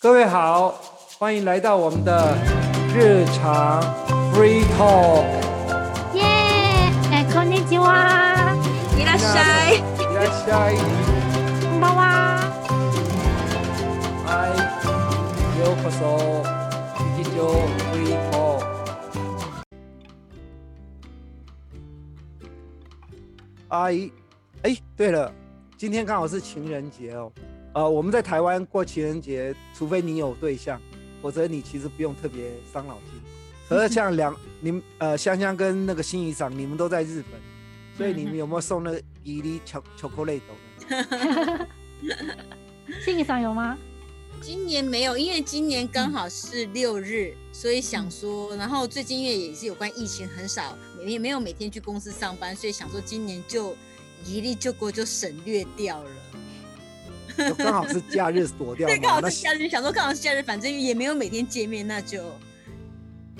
各位好，欢迎来到我们的日常 free talk。耶，哎，こんにちは，伊拉塞，いらっしゃい。こんばんは。嗨，ようこそ。日常 free talk。阿姨，哎，对了，今天刚好是情人节哦。呃，我们在台湾过情人节，除非你有对象，否则你其实不用特别伤脑筋。可是像 两你们呃香香跟那个新怡长，你们都在日本，所以你们有没有送那个伊利巧巧克力豆呢？信义上有吗？今年没有，因为今年刚嗯好是六日，所以想说，然后最近因为也是有关疫情，很少每天没有每天去公司上班，所以想说今年就一例就过就省略掉了。就刚好是假日躲掉对， 刚嘛。好那是假日，想说刚好是假日，反正也没有每天见面，那就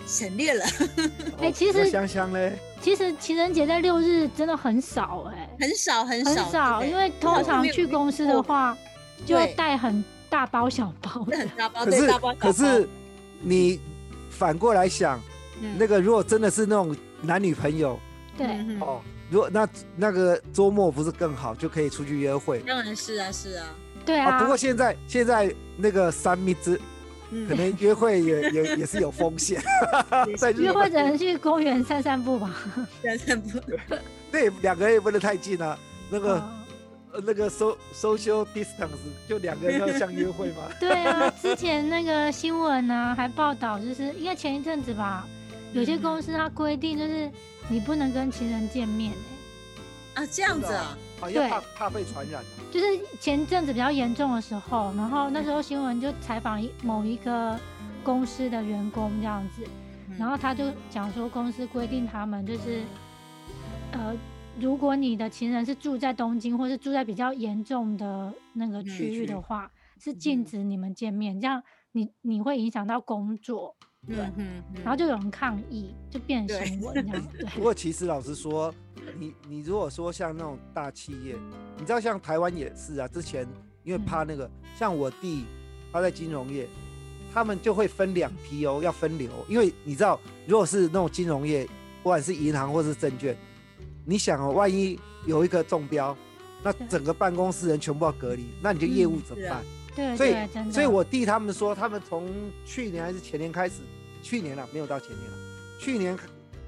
省略了， 哎其那实哦香香嘞，其实情人节在六日真的很少哎、很少很很少，少，对因为通常去公司哦的话，就要对带很大包小包不对很大包，可哦对是大包，可是你反过来想，那那个如果真的是那种男女朋友对，哦，如果那那个周末不是更好，就可以出去约会当然是啊是啊，对啊。啊，不过现在现在那个三密之可嗯，能约会也也也是有风险，也是在日约会本只能去公园散散步吧。 真的不对两个人也不能太近啊，那个嗯呃那个 so social distance 就两个人要像约会吗？对啊，之前那个新闻啊，还报道就是应该前一阵子吧，有些公司它规定就是你不能跟情人见面、欸、啊这样子啊，好像对怕怕被传染啊。就是前阵子比较严重的时候，然后那时候新闻就采访一某一个公司的员工这样子，嗯然后他就讲说公司规定他们就是，呃，如果你的情人是住在东京或是住在比较严重的那嗯个区域的话，是禁止你们见面，这样你你会影响到工作。嗯嗯嗯然后就有人抗议，就变成对新闻这样。不对，过其实老实说，你你如果说像那种大企业，你知道像台湾也是啊，之前因为嗯怕那个，像我弟他在金融业，他们就会分两批哦，要分流，因为你知道，如果是那种金融业，不管是银行或是证券，你想哦，万一有一个中标，那对整个办公室人全部要隔离，那你就业务嗯怎么是啊办？ 对所以哎对，真的。所以我弟他们说，他们从去年还是前年开始，去年了、没有到前年了，去年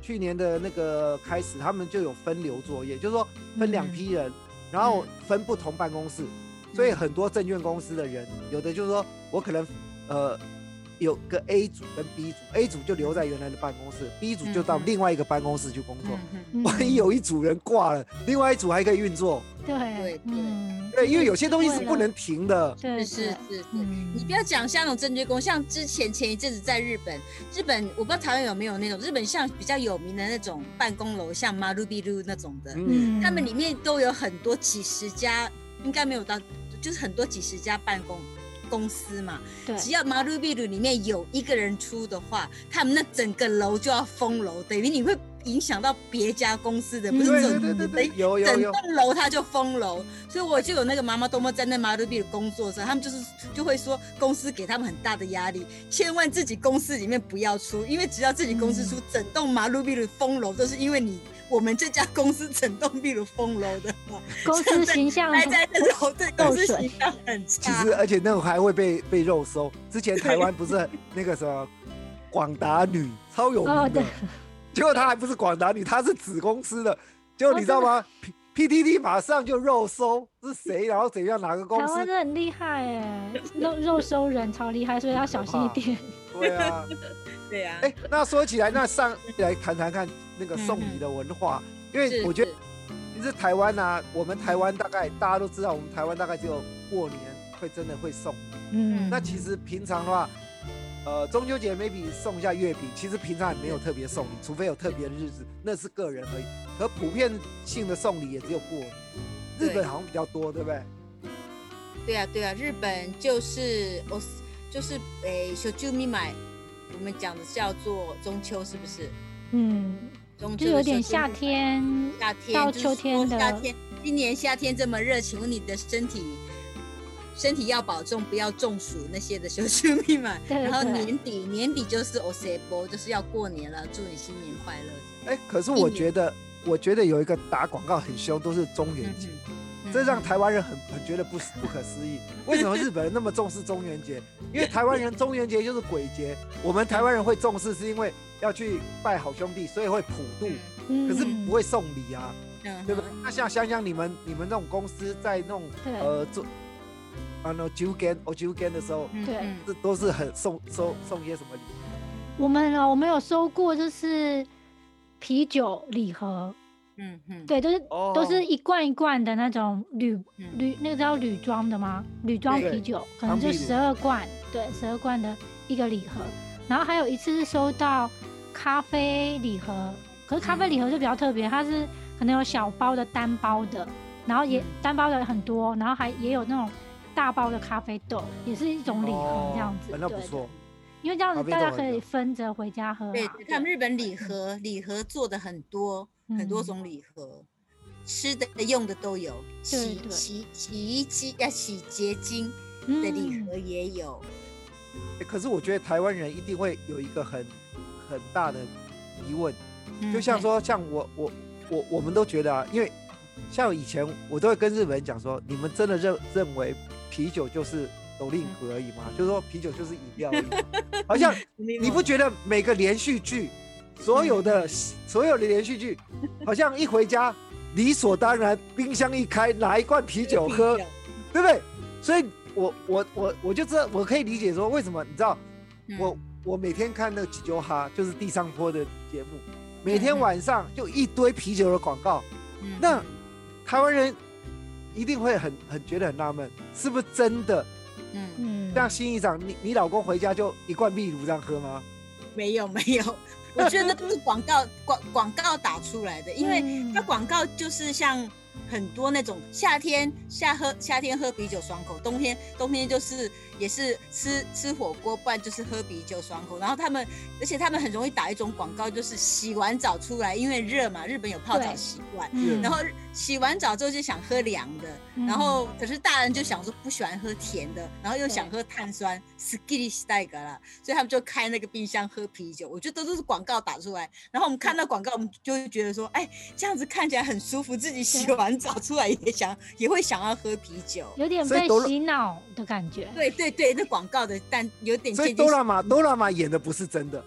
去年的那个开始，他们就有分流作业，就是说嗯分两批人，然后分不同办公室，所以很多证券公司的人，有的就是说我可能呃有个 A 组跟 B 组，A 组就留在原来的办公室，B 组就到嗯嗯另外一个办公室去工作。嗯嗯万一有一组人挂了，另外一组还可以运作，对对嗯对，因为有些东西是对不了能停的。对是是对是是，嗯，你不要讲像那种证券公司，像之前前一阵子在日本，日本我不知道台湾有没有那种日本像比较有名的那种办公楼，像马路比路那种的，嗯，他们里面都有很多几十家，应该没有到，就是很多几十家办公公司嘛。对只要马路比路里面有一个人出的话，他们那整个楼就要封楼，等于你会影响到别家公司的，不是对只有对你对对的对，有有整有。栋楼他就封楼，所以我就有那个妈妈多么站在马路边工作的时候，他们就是就会说公司给他们很大的压力，千万自己公司里面不要出，因为只要自己公司出，整栋马路边的封楼都是因为你我们这家公司整栋壁炉封楼的话，公司形象大家这种对公司形象很其差实，。而且那种还会被被肉收。之前台湾不是那个什么广达女超有哦名的对，结果她还不是广达女，她是子公司的。结果你知道吗？P T T 马上就肉收是谁，然后怎样哪个公台司湾真？的很厉害哎， 肉肉收人超厉害，所以要小心一点。对啊，对啊，哎，那说起来，那上来谈谈看那个送礼的文化，因为是我觉得其实台湾啊，我们台湾大概大家都知道，我们台湾大概只有过年会真的会送礼。嗯，那其实平常的话，呃，中秋节 maybe 送一下月饼，其实平常也没有特别送礼，除非有特别的日子，那是个人而已。可普遍性的送礼也只有过年，日对本好像比较多，对不对？对啊，对啊，日本就是我就是诶，小啾咪买，我们讲的叫做中秋，是不是？嗯，中就秋有的时候点夏就是天，夏天到就是秋说天的夏天，今年夏天这么热，请问你的身体身体要保重，不要中暑那些的羞羞密码。对然后对年底年底就是 o s e b o 就是要过年了，祝你新年快乐。哎，可是避我免觉得，我觉得有一个打广告很凶，都是中元节，嗯这让嗯台湾人很很觉得不不可思议。为什么日本人那么重视中元 节？因为台湾人中元节就是鬼节，我们台湾人会重视，是因为要去拜好兄弟，所以会普渡，嗯，可是不会送礼啊，嗯对不对？那像想想你们你们那种公司在弄对呃做啊那酒干哦酒干的时候，嗯对嗯这都是很送送送些什么礼？我们哦，我们有收过就是啤酒礼盒，嗯嗯，对，都是、都哦是一罐一罐的那种铝嗯铝，那个叫铝装的吗？铝装对啤酒，可能钢就啤十酒二罐，对，十二罐的一个礼盒。然后还有一次是收到咖啡礼盒，可是咖啡礼嗯盒就比较特别，它是可能有小包的、单包的，然后也、嗯单包的很多，然后还也有那种大包的咖啡豆，也是一种礼盒这样子。哦那不对的错。因为这样咖子啡大豆家很可以有分着回家喝、啊。对，他们日本礼盒礼盒做的很多，很多嗯种礼盒，吃的用的都有，洗对洗洗衣机啊，洗洁精嗯的礼盒也有，欸可是我觉得台湾人一定会有一个很很大的疑问，嗯就像，说，像我我我我们都觉得啊，因为像以前我都会跟日本人讲说，你们真的认认为啤酒就是斗嗯笠股而已吗？就是说啤酒就是饮料而已吗， 好像你你不觉得每个连续剧，所有的所有的连续剧，好像一回家理所当然，冰箱一开拿一罐啤酒喝，对不对？所以我我我我就知道，我可以理解说为什么你知道，嗯我我每天看那个《急救哈》，就是地上坡的节目，每嗯天嗯晚上就一堆啤酒的广告，嗯那台湾人一定会很很觉得很纳闷，是不是真的？嗯嗯，像新一长，你你老公回家就一罐秘鲁这样喝吗？没有没有，我觉得那都是广告广广告打出来的，因为它嗯广告就是像很多那种夏天夏喝夏天喝啤酒爽口，冬天冬天就是也是吃吃火锅，不然就是喝啤酒爽口。然后他们，而且他们很容易打一种广告，就是洗完澡出来，因为热嘛，日本有泡澡对习惯，嗯然后洗完澡之后就想喝凉的，嗯然后可是大人就想说不喜欢喝甜的，然后又想对喝碳酸 s k i l i s t y 啦，所以他们就开那个冰箱喝啤酒。我觉得都是广告打出来，然后我们看到广告，我们就会觉得说，哎，这样子看起来很舒服，自己洗对完澡出来也想也会想要喝啤酒。有点所以被都洗脑的感觉。对对对，那广告的但有点所以接近 Dora 玛 Dora 玛演的不是真的，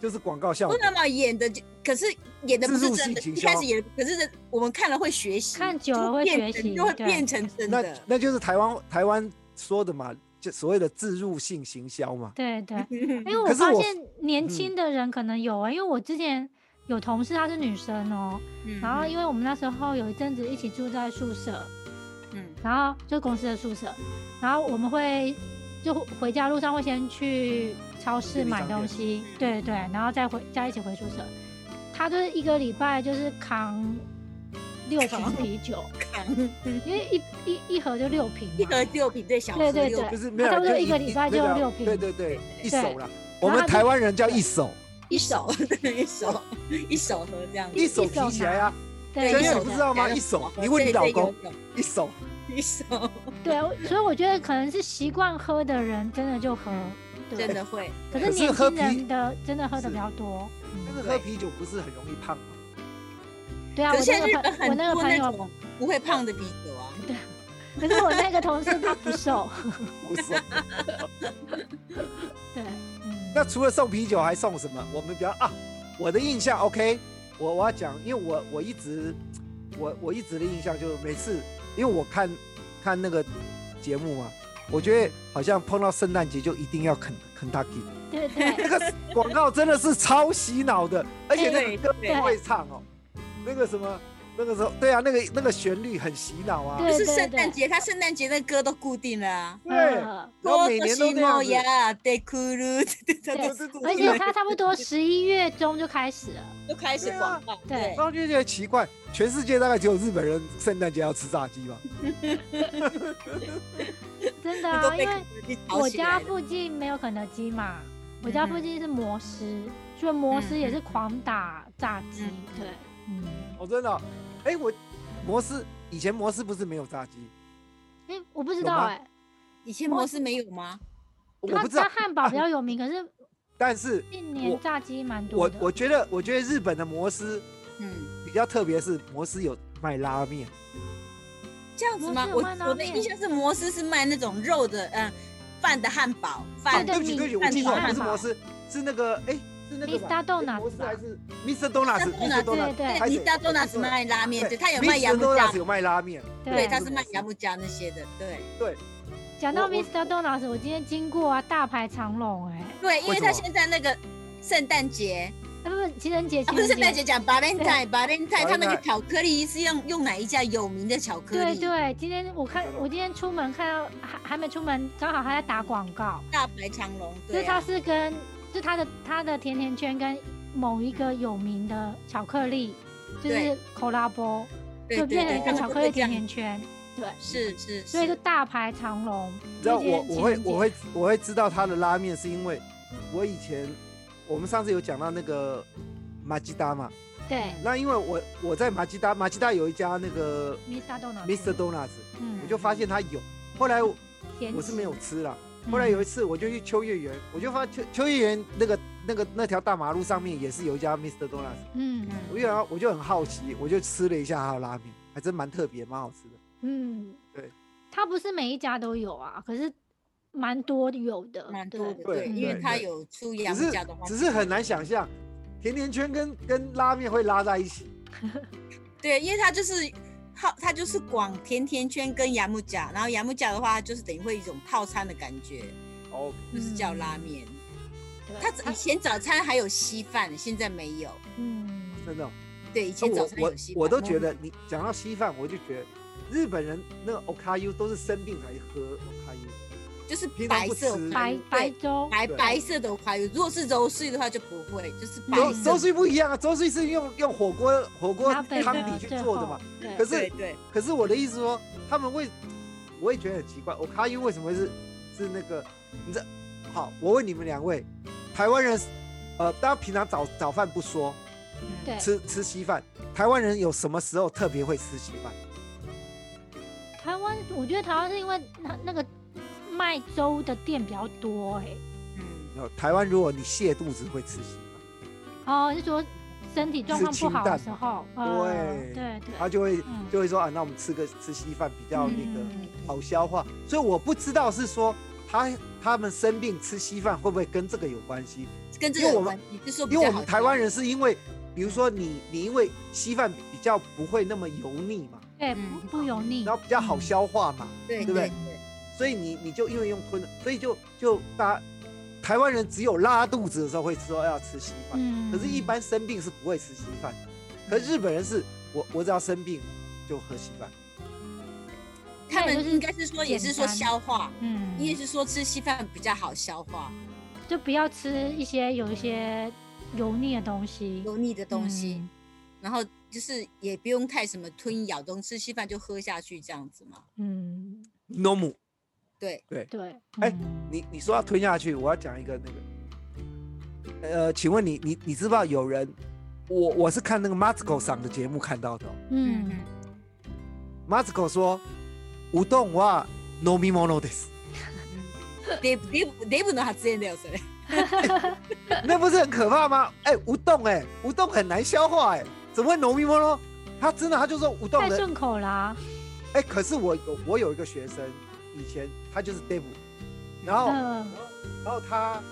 就是广告效不果。那么演的就，可是演的不自是入真性的，行一开销始演的，可是我们看了会学习，看久就了会变学成习就会对变成真那的。那就是台湾台湾说的嘛，就所谓的自入性行销嘛。对对，因嗯为我可是发我现年嗯轻的人可能有啊、因为我之前有同事她是女生哦、然嗯后因为我们那时候有一阵子一起住在宿舍， 嗯然后就公司的宿舍，然后我们会就回家路上会先去超市便利买商东店西，嗯对对，然后再回再一起回宿舍。她就是一个礼拜就是扛六瓶扛啤酒，扛因为一一一盒就六瓶嘛，一盒六瓶对小对盒对六对瓶就是没有差不多就一个礼拜就那个六瓶对对对，一对手啦。我们台湾人叫一手，一手对一手 一手盒这样子，一手一手提起来啊，对所一以手你不知道吗一手啊你问你老公一手。一手对，啊所以我觉得可能是习惯喝的人，真的就喝，对真的会，可可是是年喝轻啤人的真的喝的是比较多。但嗯是喝啤酒不是很容易胖吗？对啊，可我是现在日那个本朋我那个很多朋那友种，不会胖的啤酒啊，可是我那个同事他不 瘦，不是。 对，嗯，那除了送啤酒还送什么？我们比较啊，我的印象 OK，我我要讲，因为我我一直我我一直的印象就是每次，因为我看看那个节目嘛，我觉得好像碰到圣诞节就一定要肯肯塔基，对对 那个广告真的是超洗脑的，而且那对个歌会唱哦，那个什么那个时候，对啊，那个那个旋律很洗脑啊，对就是对圣对诞节，他圣诞节那歌都固定了啊。对，呃然后每年都那样子，呀，得哭噜， 对对对对对，对而对且对，他差不 多十一月中就开始了，都开始广告，对啊然后就觉得奇怪，全世界大概只有日本人圣诞节要吃炸鸡吧。真的都啊，被因为肯德基炒我起来家了附近没有肯德基嘛，我家附嗯近是摩斯，所以摩斯也嗯是狂打炸鸡嗯，对，嗯。哦，真的哦、哎、我摩斯以前摩斯不是没有炸鸡，哎、我不知有道吗哎、以前摩斯没有吗？我它不知道它，汉堡比较 有名，可是但是近我年炸鸡蛮多我的。我觉得我觉得日本的摩斯嗯，比较特别，是摩斯有卖拉面，这样子摩吗？斯有我卖拉我的面印象是摩斯是卖那种肉的，嗯、饭的汉堡啊，饭。对对不起对不起，我饭记错了，团不是吧摩斯，是那个哎是那个吧 Mr. Donuts 哎摩斯吧还是 Mr. Donuts，Mr. Mr. Donuts， Donuts，对对还你是大多纳斯卖拉面，对，他有 Mr. 卖洋木 Donuts 酱，有卖拉面，对，对，他是卖洋木酱那些的，对对，讲到我我 Mr. Donuts，我今天经过啊，大排长龙哎、对，因为为什他么现在那个圣诞节，啊不是情人节，啊情不是人圣诞节讲 Valentine，Valentine 他那个 Valentine 巧克力是用用哪一家有名的巧克对力？对，今天我看我今天出门看到还还没出门，刚好他在打广告，大白长龙，就是对它啊，是跟就它的它的甜甜圈跟某一个有名的巧克力，就对是 collabo，对就对变成一对，他个们巧克都会力这甜样甜圈，对，是是，所以就是大排长龙。你知道今我天我会情人节我会我会知道他的拉面，是因为我以前我们上次有讲到那个马吉达嘛，对那因为我我在马吉达马吉达有一家那个 Mr. Donuts Mr. Donuts，嗯我就发现他有，后来我甜我是没有食，吃啦。嗯后来有一次我就去秋叶原，我就发秋秋叶原那个那个那条大马路上面也是有一家 Mr. Donuts，嗯我就想我就很好奇，我就吃了一下他的拉面，还真蛮特别，蛮好吃的。嗯，对，它不是每一家都有啊，可是蛮多有的，蛮对多的，对对，因为对他对有出只洋是家的话，只是很难想象，甜甜圈跟跟拉面会拉在一起。对，因为它就是好，它就是广甜甜圈跟雅木甲，然后雅木甲的话就是等于会一种套餐的感觉，哦，就是叫拉嗯面。对它以前早餐还有稀饭，现在没有。嗯，真的哦，对，以那前早我餐我有稀饭，我都那觉得你讲到稀饭，我就觉得日本人那个 okayu 都是生病才喝 okayu，就是平常白不色吃白白白粥，白对白色的花油，如果是柔碎的话就不会，就是白周色周的。岁不一样啊，周岁是用用火锅火锅拉汤菲底的去最做的后嘛。，对可对是对，可是我的意思说，他们为我也觉得很奇怪，okayu 为什么会是是那个？你这好，我问你们两位，台湾人呃，大家平常早早饭不说，对吃吃稀饭，台湾人有什么时候特别会吃稀饭？台湾，我觉得台湾是因为那那个卖粥的店比较多哎、嗯，有台湾，如果你泻肚子会吃稀饭，哦，就说身体状况不好的时候，对呃、对对，他就会嗯就会说啊，那我们吃个吃稀饭比较那个嗯好消化。所以我不知道是说他他们生病吃稀饭会不会跟这个有关系？跟这因为个有我们关系，就说比因为较我好们吃台湾人是因为，比如说你你因为稀饭比较不会那么油腻嘛，对嗯不不油腻嗯然，后比较好消化嘛，对对不对对所以你你就因为用吞的，所以就就大家台湾人只有拉肚子的时候会说要吃稀饭。嗯可是，一般生病是不会吃稀饭的。可是日本人是我我只要生病就喝稀饭，他对就们是应该是说也是简说单消化，嗯，因为是说吃稀饭比较好消化就不要吃一些有一些油腻的东西，油腻的东西，嗯然后就是也不用太什么吞咬东西，吃稀饭就喝下去这样子嘛。嗯， no m 对，对，哎嗯你你说要吞下去，我要讲一个那个，呃，请问你你你知不知道有人，我我是看那个 Masco 上的节目看到的、哦、嗯嗯， ，Masco 说，うどんは飲み物です，レブレブレブの発言だよそれ。 那不是很可怕吗？哎、无冻哎、无冻很难消化哎、怎么会飲み物？他真的他就说无冻太的，顺口啊啦，哎、可是我有我有一个学生，以前他就是 Dave，然后。嗯、然后他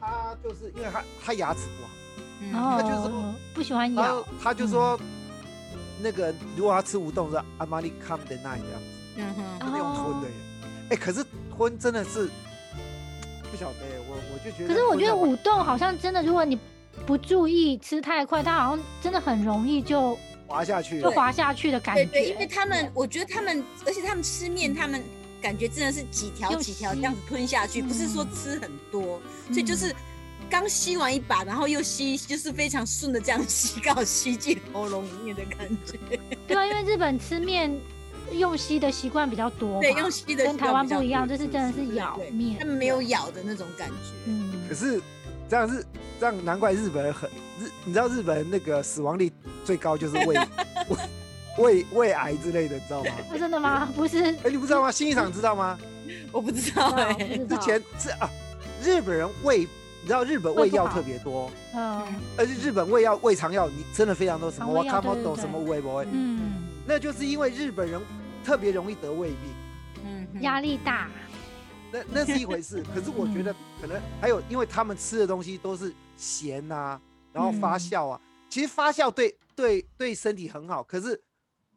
他就是因为他他牙齿不好，嗯然后他就是说啊不喜欢然咬后，他就说、嗯那个如果他吃无冻是阿玛利康的那一样，嗯哼，真的用吞的哦耶。哎、可是吞真的是不晓得耶，我我就觉得。可是我觉得舞动好像真的，如果你不注意吃太快，它好像真的很容易就滑下去就了，滑下去的感对觉。嗯对，因为他们，我觉得他们，而且他们吃面，他们感觉真的是几条用几条吸这样子吞下去，不是说嗯吃很多，所以就是刚吸完一把，然后又吸，就是非常顺的这样 吸，刚好吸进喉咙里面的感觉。对啊，因为日本吃面用吸的习惯比较多嘛，对，用吸的跟习台惯湾比较不一样，多这是是真的是是对咬对面，他们没有咬的那种感觉。嗯可，是这样是这样，难怪日本人很日，你知道日本人那个死亡率最高就是胃 胃胃胃癌之类的，你知道吗？啊真的吗？不是哦哎、你不知道吗？新一厂知道吗？我不知道哎、不知之道前是啊，日本人胃，你知道日本胃胃不药好特别多，欸 嗯而且日本胃药胃肠药你真的非常多，什么肠胃药 Wakamoto 对对对什么胃不胃，嗯，那就是因为日本人特别容易得胃病。嗯压力大，那那是一回 事，可是我觉嗯得可能还有，因为他们吃的东西都是咸啊，然后发嗯酵啊，其实发酵对对对身体很好，可是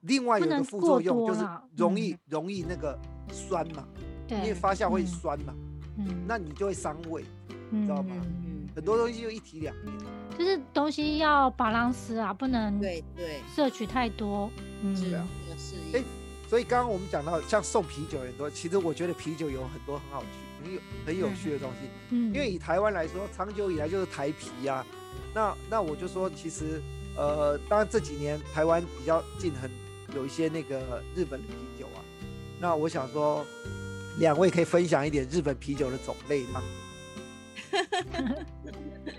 另外有不一个能副过作用多就是啦嗯容易、容易那个酸嘛，因为对，发酵会嗯酸嘛，嗯，那你就会伤胃，你知道吗嗯很多东西就一体两面。就是东西要 balance 啊，不能对对，摄取太多。嗯，是啊，这个是一哎所以刚刚我们讲到像送啤酒很多，其实我觉得啤酒有很多很好趣、很有很有趣的东西，嗯，因为以台湾来说，长久以来就是台啤呀、那那我就说，其实呃，当然这几年台湾比较近很有一些那个日本的啤酒啊。那我想说，两位可以分享一点日本啤酒的种类吗？嗯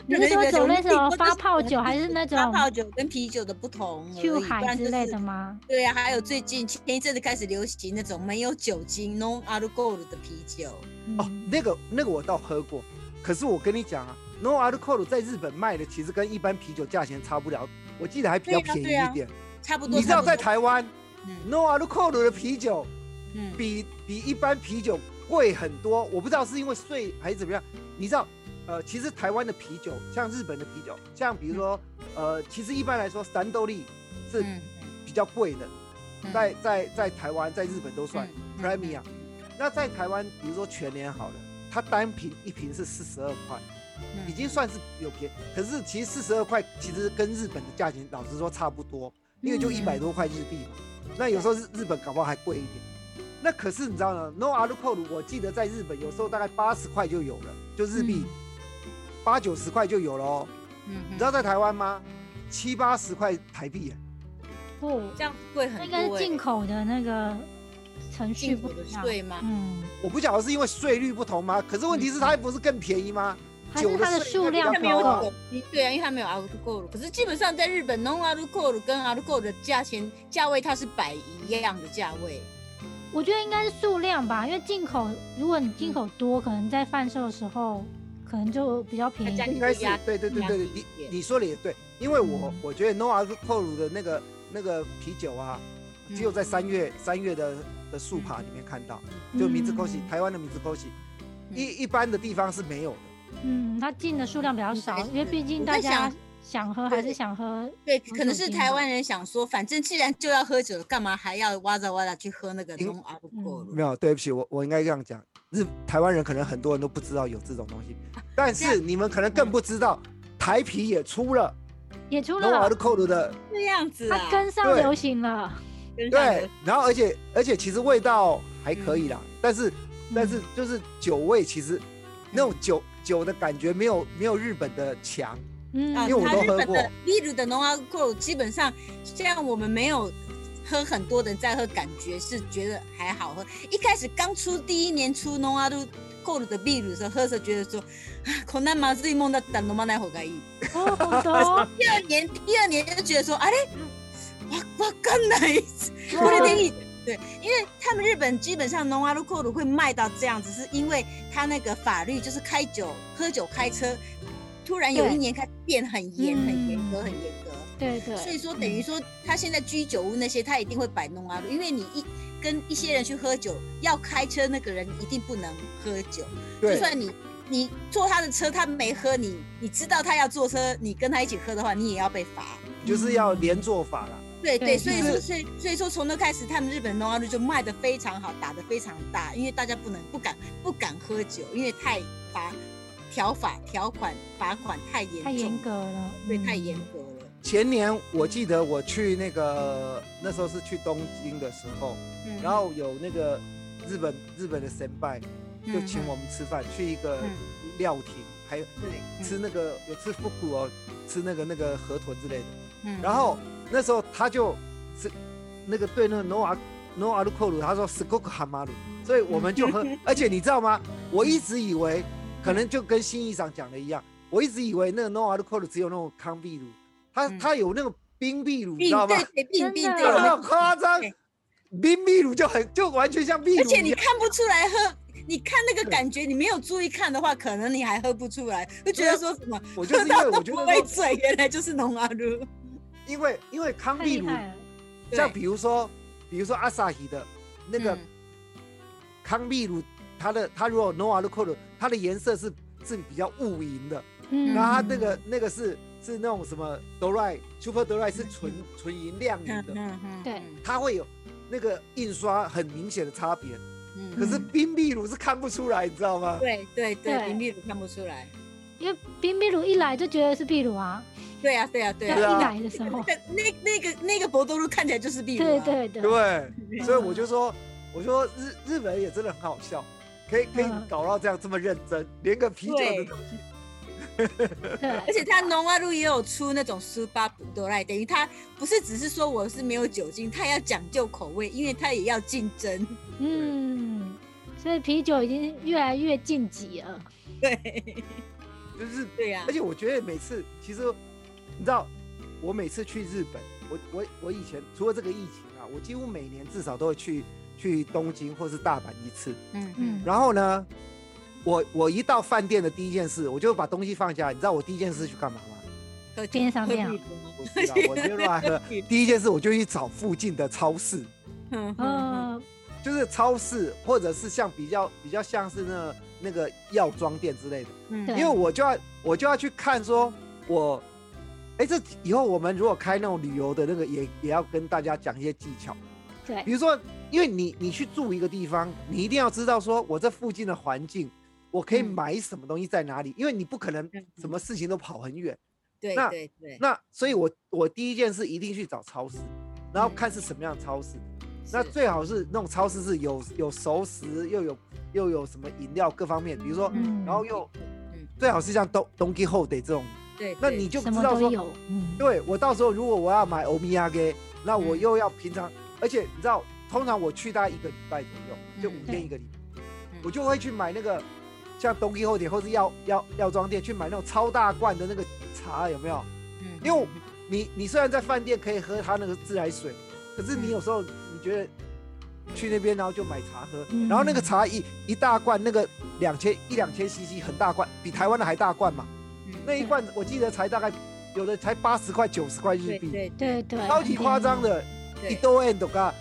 你是说酒类什么我发泡酒，还是那种发泡酒跟啤酒的不同而已？去不海然就之类是的吗？对呀、还有最近前一阵子开始流行那种没有酒精 （non alcohol） 的啤酒，哦嗯，那个那个我倒喝过，可是我跟你讲啊，No alcohol 在日本卖的其实跟一般啤酒价钱差不了，我记得还比较对啊便宜对啊一点。差不多。你知道差在不多，台湾嗯，No alcohol 的啤酒嗯，比比一般啤酒贵很多，我不知道是因为税还是怎么样。你知道，呃，其实台湾的啤酒，像日本的啤酒，像比如说，呃，其实一般来说，三豆粒是嗯比较贵的，嗯在在在台湾、在日本都算嗯 premium。那在台湾，比如说全年好了，它单瓶一瓶是四十二块，嗯已经算是有便宜。可是其实四十二块其实跟日本的价钱，老实说差不多，因为就嗯一百多块日币嘛。那有时候日日本搞不好还贵一点。那可是你知道呢，No Alcohol，我记得在日本有时候大概八十块就有了，就日币八九十块就有了哦。嗯，你你知道在台湾吗？七八十块台币耶，不，这样贵那很应多、该欸，是进口的那个程序进不口的一样。税吗？嗯，我不晓得是因为税率不同吗？可是问题是它不是更便宜吗？还酒是它的的税数应该量比不较没有高啊够酒。精，对啊，因为它没有 alcohol。可是基本上在日本，non alcohol 跟 alcohol 的价钱价位它是摆一样的价位。我觉得应该是数量吧，因为进口，如果你嗯进口多，可能在贩售的时候，可能就比较便它价宜。应该是压对对对压对，低你一点你说的也对，因为我嗯我觉得 No Alcohol 的那个那个啤酒啊，嗯只有在三月三月的的速爬里面看到，就嗯名字 Koshi 台湾的名字 Koshi，嗯一一般的地方是没有的。嗯，它进的数量比较少，因为毕竟我大在家想想喝还是对想喝。对，有可能酒是精台的湾人想说，反正既然就要喝酒，干嘛还要哇啦哇啦去喝那个因嗯 non alcohol？没有，对不起，我我应该这样讲，日台湾人可能很多人都不知道有这种东西，但这样是你们可能更不知道，台啤也出了也出 No 了， Alcohol 的这样子啊它，跟上对流行了。跟上对流，然后而且而且其实味道还可以嗯啦，但是但是嗯就是酒味其实那嗯种酒酒的感觉没有没有日本的强，嗯，啊，因为我它都日喝本的过 Liru 的 non alcohol 基本上，像我们没有喝很多的人在喝，感觉是觉得还好喝。一开始刚出第一年出 non alcohol 的 b i r 的时候，喝着觉得说，啊，こんなまずいもんだったら飲まない方がいい。哦，好多哦，第二年，第二年就觉得说，啊哎嗯あれ、わわかん ない。哇我的哦天意。对，因为他们日本基本上 non alcohol 会卖到这样子，是因为他那个法律就是开酒、喝酒、开车，突然有对一年开始变很严、嗯很严格、很严格。对对，所以说，等于说他现在居酒屋那些，他一定会摆 non alcohol，因为你一跟一些人去喝酒，要开车那个人一定不能喝酒，就对，算你。你坐他的车，他没喝你，你知道他要坐车，你跟他一起喝的话，你也要被罚。就是要连做法啦。对对对，所以就说是所以所以说从那开始，他们日本农药就卖的非常好，打的非常大，因为大家不能不敢不敢喝酒，因为太罚条法条款罚款太严重，太严格了，对，嗯太严格了。前年我记得我去那个那时候是去东京的时候，嗯然后有那个日本日本的神拜就请我，们吃饭，去一个嗯料亭，还有嗯嗯对，吃那个有吃复古哦，吃那个那个河豚之类的。嗯，然后那时候他就是那个对那个 no 阿 no 阿鲁克鲁，他说 s k o k h a m a r u 所以我们就 喝。而且你知道吗？我一直以为可能就跟新议长讲的一样，我一直以为那个 no 阿鲁克鲁只有那种康秘鲁，他嗯他有那个冰秘鲁，你病知道吗对？对病病真 的对，有我没有们夸张对？冰秘鲁就很就完全像秘鲁一而样，且你看不出来喝你看那个感觉，你没有注意看的话，可能你还喝不出来，就觉得说什么我啊就是喝因为 到我都觉不得会说醉，原来就是浓阿鲁。因为因为康太碧厉乳，害了，像对比如说比如说阿萨希的那个嗯康碧乳，它的它如果 n o a l c o o l 它的颜色是是比较雾银的，嗯，然后它那个那个是是那种什么 Dorai Super Dorai 是纯纯银亮嗯银的，嗯嗯，对它会有那个印刷很明显的差别。嗯，可是嗯冰碧乳是看不出来，你知道吗？对啊对对，对屏蔽乳看不出来。因为冰壁乳一来就觉得是壁乳啊，对啊对啊对在对啊，啊一来的时候，那那那个那个博多路看起来就是壁炉对啊。对的，对，对啊所以我就说，我就说日日本人也真的很好笑，可以可以嗯搞到这样这么认真，连个啤酒的对东西，对而且它农蛙路也有出那种 s u p 多赖，等于它不是只是说我是没有酒精，它要讲究口味，因为它也要竞争。嗯，所以啤酒已经越来越晋级了。对就是对呀、啊而，且我觉得每次，其实你知道，我每次去日本，我我我以前除了这个疫情啊，我几乎每年至少都会去去东京或是大阪一次。嗯嗯然后呢，我我一到饭店的第一件事，我就把东西放下。你知道我第一件事去干嘛吗？喝酒边上喝面啊啤酒吗。我知道，我就乱喝 第一件事我就去找附近的超市，嗯嗯呃，就是超市或者是像比较比较像是那那个药妆店之类的。嗯对因为我就要我就要去看说，我，哎、这以后我们如果开那种旅游的那个也，也要跟大家讲一些技巧，对比，如说，因为你你去住一个地方，你一定要知道说我这附近的环境，我可以嗯买什么东西在哪里，因为你不可能嗯什么事情都跑很远。对那对对，那所以我我第一件事一定去找超市，然后嗯看是什么样的超市，那是最好是那种超市是有有熟食，又有又有什么饮料各方面，比如说，嗯然后又嗯最好是像东东基后得这种，对，那对你就什知么道都说，有，嗯，对我到时候如果我要买欧米亚给，那我嗯又要平常，而且你知道，通常我去大概一个礼拜左右，就嗯五对天一个礼拜嗯，我就会去买那个像东基后店或是药药药妆店去买那种超大罐的那个茶，有没有？嗯因为你你虽然在饭店可以喝它那个自来水，可是你嗯有时候你觉得去那边然后就买茶喝，嗯然后那个茶一一大罐那个两千一两千 CC 很大罐，比台湾的还大罐嘛，嗯那一罐我记得才大概有的才八十块九十块日对币，对对对，超级夸张的，对一兜 end 啊，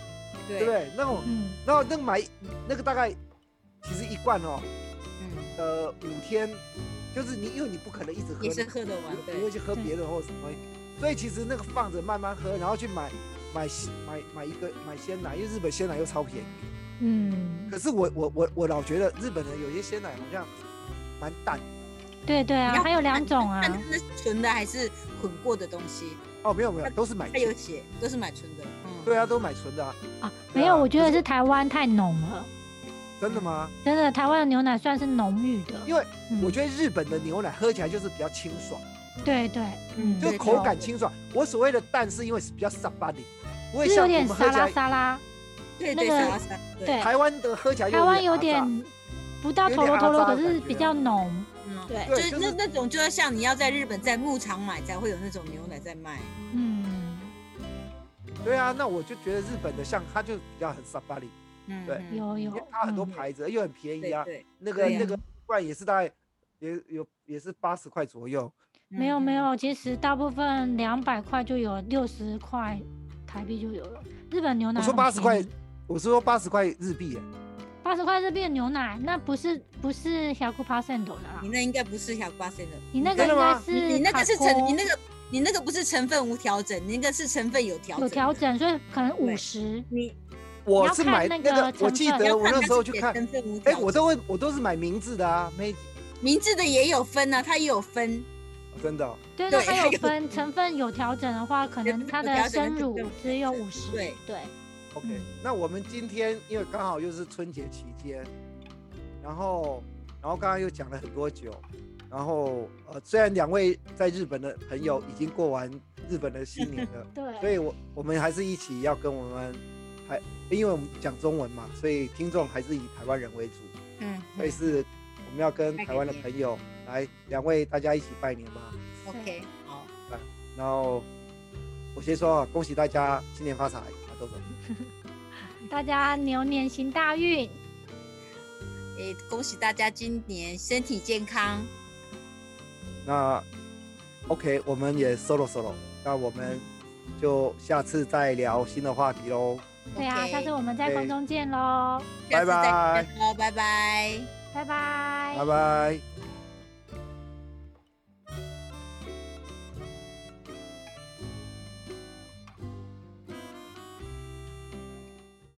对对不对？那种嗯，然后那个买那个大概其实一罐哦，嗯，呃五天，就是你因为你不可能一直喝也是那个喝得完，不对会去喝对别的或者什么东西。所以其实那个放着慢慢喝，然后去买买鲜买买一个买鲜奶，因为日本鲜奶又超便宜。嗯，可是我我我我老觉得日本人有些鲜奶好像蛮淡对对啊，你要还有两种啊看，它是纯的还是混过的东西，哦，没有没有，都是买它有纯写都是买纯的，嗯，对啊，都买纯的啊，啊，对没有，啊我觉可得是是台湾太浓了，真的吗？真的，台湾的牛奶算是浓郁的，因为嗯我觉得日本的牛奶喝起来就是比较清爽，对对，嗯，就对口感对清爽。我所谓的淡是因为是比较沙巴的，不会是有像我点们喝沙起拉来沙拉，对那对，个沙沙，对，台湾的喝起来就台湾有有点阿杂点不到有头点罗阿头罗，扎的可是感比觉较浓，嗯，对对就是就是那那种，就要像你要在日本在牧场买才会有那种牛奶在卖。嗯，对啊，那我就觉得日本的像它就比较很沙巴里，嗯，对嗯有有因为它很多嗯牌子又很便宜对啊，对，那个对呀那个罐也是大概也有也是八十块左右，没有嗯没，有，其实大部分两百块就有，六十块台币就有了。日本牛奶我说80块我是说八十块日币耶，八十块日币的牛奶，那不是不是小库 percent 的啦你，那应该不是小八仙的，你那个真的应该吗是你你那个是成，你那个个你那个不是成分无调整，你那个是成分有调整。有调。整，所以可能五对十。你我是你要看买那那个个，我成记分你得要我那它时候去是写看，成分无哎、调整。我都会我都是买明治的啊，没、名字的也有分啊，它也有分。哦真的哦、对，那对它还有有分成分有调整的话，可对能不它是的有调整生那是乳更只有更五十。对对， OK，、嗯。那我们今天因为刚好又是春节期间，然后然后刚刚又讲了很多酒，然后呃，虽然两位在日本的朋友已经过完日本的新年了对，所以我我们还是一起要跟我们还，因为我们讲中文嘛，所以听众还是以台湾人为主，嗯，所以是我们要跟台湾的朋友来，两位大家一起拜年嘛。嗯 OK，好，然后我先说啊，恭喜大家新年发财啊，豆豆。大家牛年行大运，诶，恭喜大家今年身体健康。那 OK，我们也 solo solo，那我们就下次再聊新的话题喽，对啊， OK，下次我们在空中见喽，下次再拜拜见喽，拜拜。拜拜拜拜。